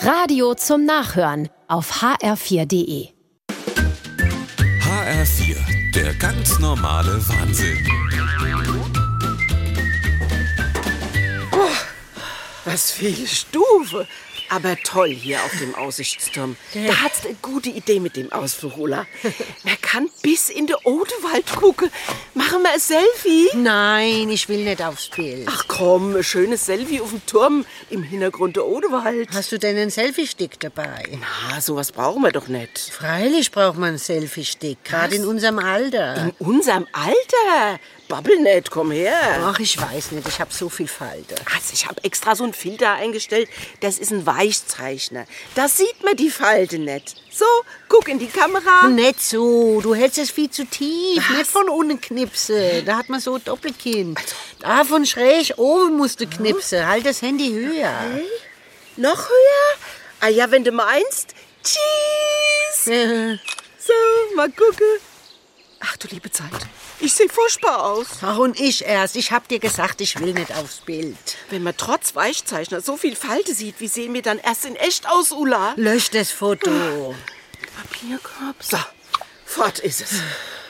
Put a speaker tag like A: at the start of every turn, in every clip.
A: Radio zum Nachhören auf hr4.de.
B: HR4, der ganz normale Wahnsinn.
C: Was für eine Stufe. Aber toll hier auf dem Aussichtsturm. Da hat's eine gute Idee mit dem Ausflug, Ulla. Man kann bis in den Odewald gucken. Machen wir ein Selfie?
D: Nein, ich will nicht aufs Bild.
C: Ach komm, ein schönes Selfie auf dem Turm im Hintergrund der Odewald.
D: Hast du denn einen Selfie-Stick dabei?
C: Na, sowas brauchen wir doch nicht.
D: Freilich braucht man einen Selfie-Stick, gerade in unserem Alter.
C: In unserem Alter? Babbel nicht, komm her.
D: Ach, ich weiß nicht, ich habe so viel Falte.
C: Also ich habe extra so einen Filter eingestellt. Das ist ein Weichzeichner. Da sieht man die Falte nicht. So, guck in die Kamera.
D: Nicht so, du hältst es viel zu tief. Nicht von unten knipse. Da hat man so Doppelkinn.
C: Also.
D: Da von schräg oben musst du
C: Hm?
D: knipse. Halt das Handy höher.
C: Noch höher? Ah ja, wenn du meinst. Tschüss.
D: Äh,
C: So, mal gucke. Ach du liebe Zeit. Ich sehe furchtbar aus.
D: Ach, und ich erst. Ich hab dir gesagt, ich will nicht aufs Bild.
C: Wenn man trotz Weichzeichner so viel Falte sieht, wie sehen wir dann erst in echt aus, Ulla?
D: Lösch das Foto.
C: Papierkorb. So, fort ist es.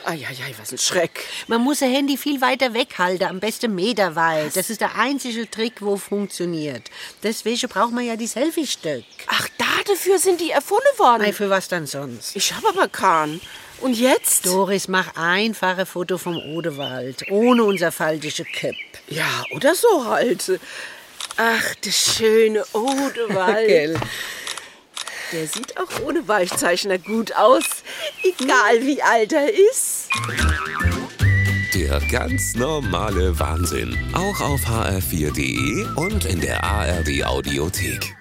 C: Eieiei, was ein Schreck.
D: Man muss das Handy viel weiter weghalten, am besten Meter weit. Das ist der einzige Trick, wo funktioniert. Deswegen braucht man ja die Selfie-Stöck.
C: Ach, da dafür sind die erfunden worden.
D: Ei, für was dann sonst?
C: Ich habe aber keinen. Und jetzt?
D: Doris, mach einfache Foto vom Odewald, ohne unser faltische Köpp.
C: Ja, oder so halt. Ach, der schöne Odewald.
D: Gell.
C: Der sieht auch ohne Weichzeichner gut aus. Egal wie alt er ist.
B: Der ganz normale Wahnsinn. Auch auf hr4.de und in der ARD Audiothek.